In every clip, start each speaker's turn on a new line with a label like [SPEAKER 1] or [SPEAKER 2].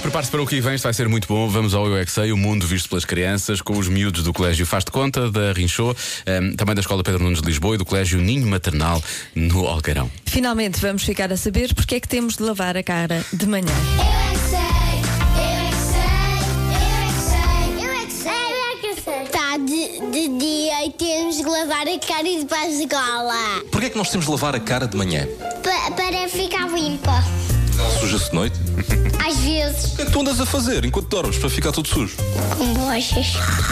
[SPEAKER 1] Prepare-se para o que aí vem, isto vai ser muito bom. Vamos ao Eu é Que Sei, o mundo visto pelas crianças, com os miúdos do Colégio Faz de Conta, da Rinchô, ehm, também da Escola Pedro Nunes de Lisboa e do Colégio Ninho Maternal, no Algarão.
[SPEAKER 2] Finalmente vamos ficar a saber porque é que temos de lavar a cara de manhã.
[SPEAKER 3] Eu é que sei, eu é que sei, eu é que sei, eu é que sei, eu é que sei. Tá de, de dia e temos de lavar a cara e debaixo de gola.
[SPEAKER 4] Porquê é que nós temos de lavar a cara de manhã?
[SPEAKER 3] Pa- para ficar limpa.
[SPEAKER 4] Suja-se de noite? O
[SPEAKER 3] Às vezes,
[SPEAKER 4] que é que tu andas a fazer enquanto dormes para ficar tudo sujo?
[SPEAKER 3] com bochas.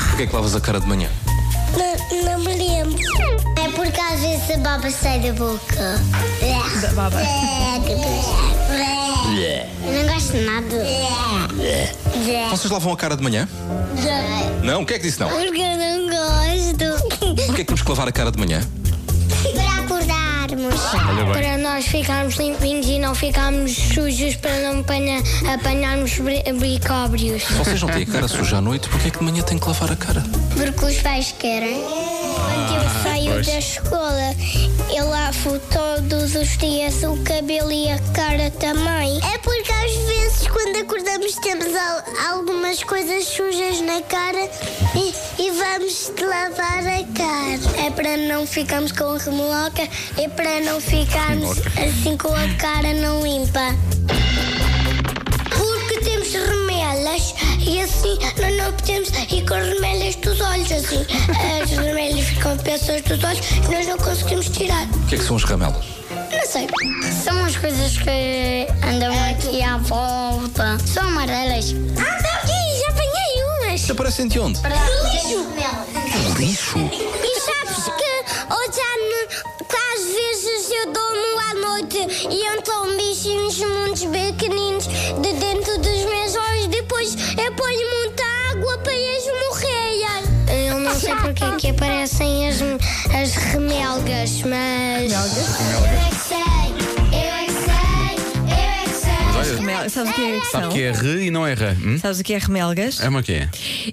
[SPEAKER 4] Porquê é que lavas a cara de manhã?
[SPEAKER 3] Não, não me lembro. É porque às vezes a baba sai da boca. Da
[SPEAKER 2] baba.
[SPEAKER 3] Eu não gosto de nada.
[SPEAKER 4] Vocês lavam a cara de manhã? Não? O que é que disse não?
[SPEAKER 3] Porque eu não gosto.
[SPEAKER 4] Porquê é que temos que lavar a cara de manhã?
[SPEAKER 3] Para acordarmos.
[SPEAKER 5] Para nós ficarmos limpinhos e não ficarmos sujos para não apanha- apanharmos bri- bricóbrios.
[SPEAKER 4] Se vocês não têm a cara suja à noite, porquê é que de manhã têm que lavar a cara?
[SPEAKER 3] Porque os pais querem. Quando eu saio da escola, eu lavo todos os dias o cabelo e a cara também. É porque às vezes, quando acordamos, temos al- algumas coisas sujas na cara e, e vamos lavar a cara. É para não ficarmos com a remoloca e para não ficarmos assim com a cara não limpa. Porque temos remelas e assim nós não podemos ir com remelas dos olhos. Assim, as remelas ficam peças dos olhos e nós não conseguimos tirar.
[SPEAKER 4] O que é que são as ramelas?
[SPEAKER 3] Não sei. É. São as coisas que andam aqui à volta. São amarelas. Ah, está aqui, já apanhei umas.
[SPEAKER 4] Aparecem de onde?
[SPEAKER 3] Do lixo.
[SPEAKER 4] Lixo?
[SPEAKER 3] E sabes que hoje à no- que às vezes eu durmo à noite e entram bichinhos muito pequeninos de dentro dos meus olhos. Depois eu ponho muita água para eles morrerem.
[SPEAKER 5] Eu não sei porque é que aparecem as, as remelgas, mas.
[SPEAKER 3] Eu é que sei, eu é que sei, eu é que sei.
[SPEAKER 2] Remel- Sabes o que é que
[SPEAKER 1] Sabe
[SPEAKER 2] são?
[SPEAKER 1] que é re e não é re? Hum?
[SPEAKER 2] Sabes o que é remelgas?
[SPEAKER 1] É uma que é?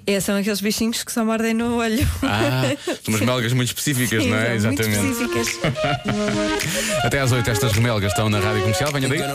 [SPEAKER 2] É, são aqueles bichinhos que só mordem no olho.
[SPEAKER 1] Ah, são umas melgas muito específicas, não é?
[SPEAKER 2] São muito específicas.
[SPEAKER 1] Até às 8 estas remelgas estão na rádio comercial, venha daí.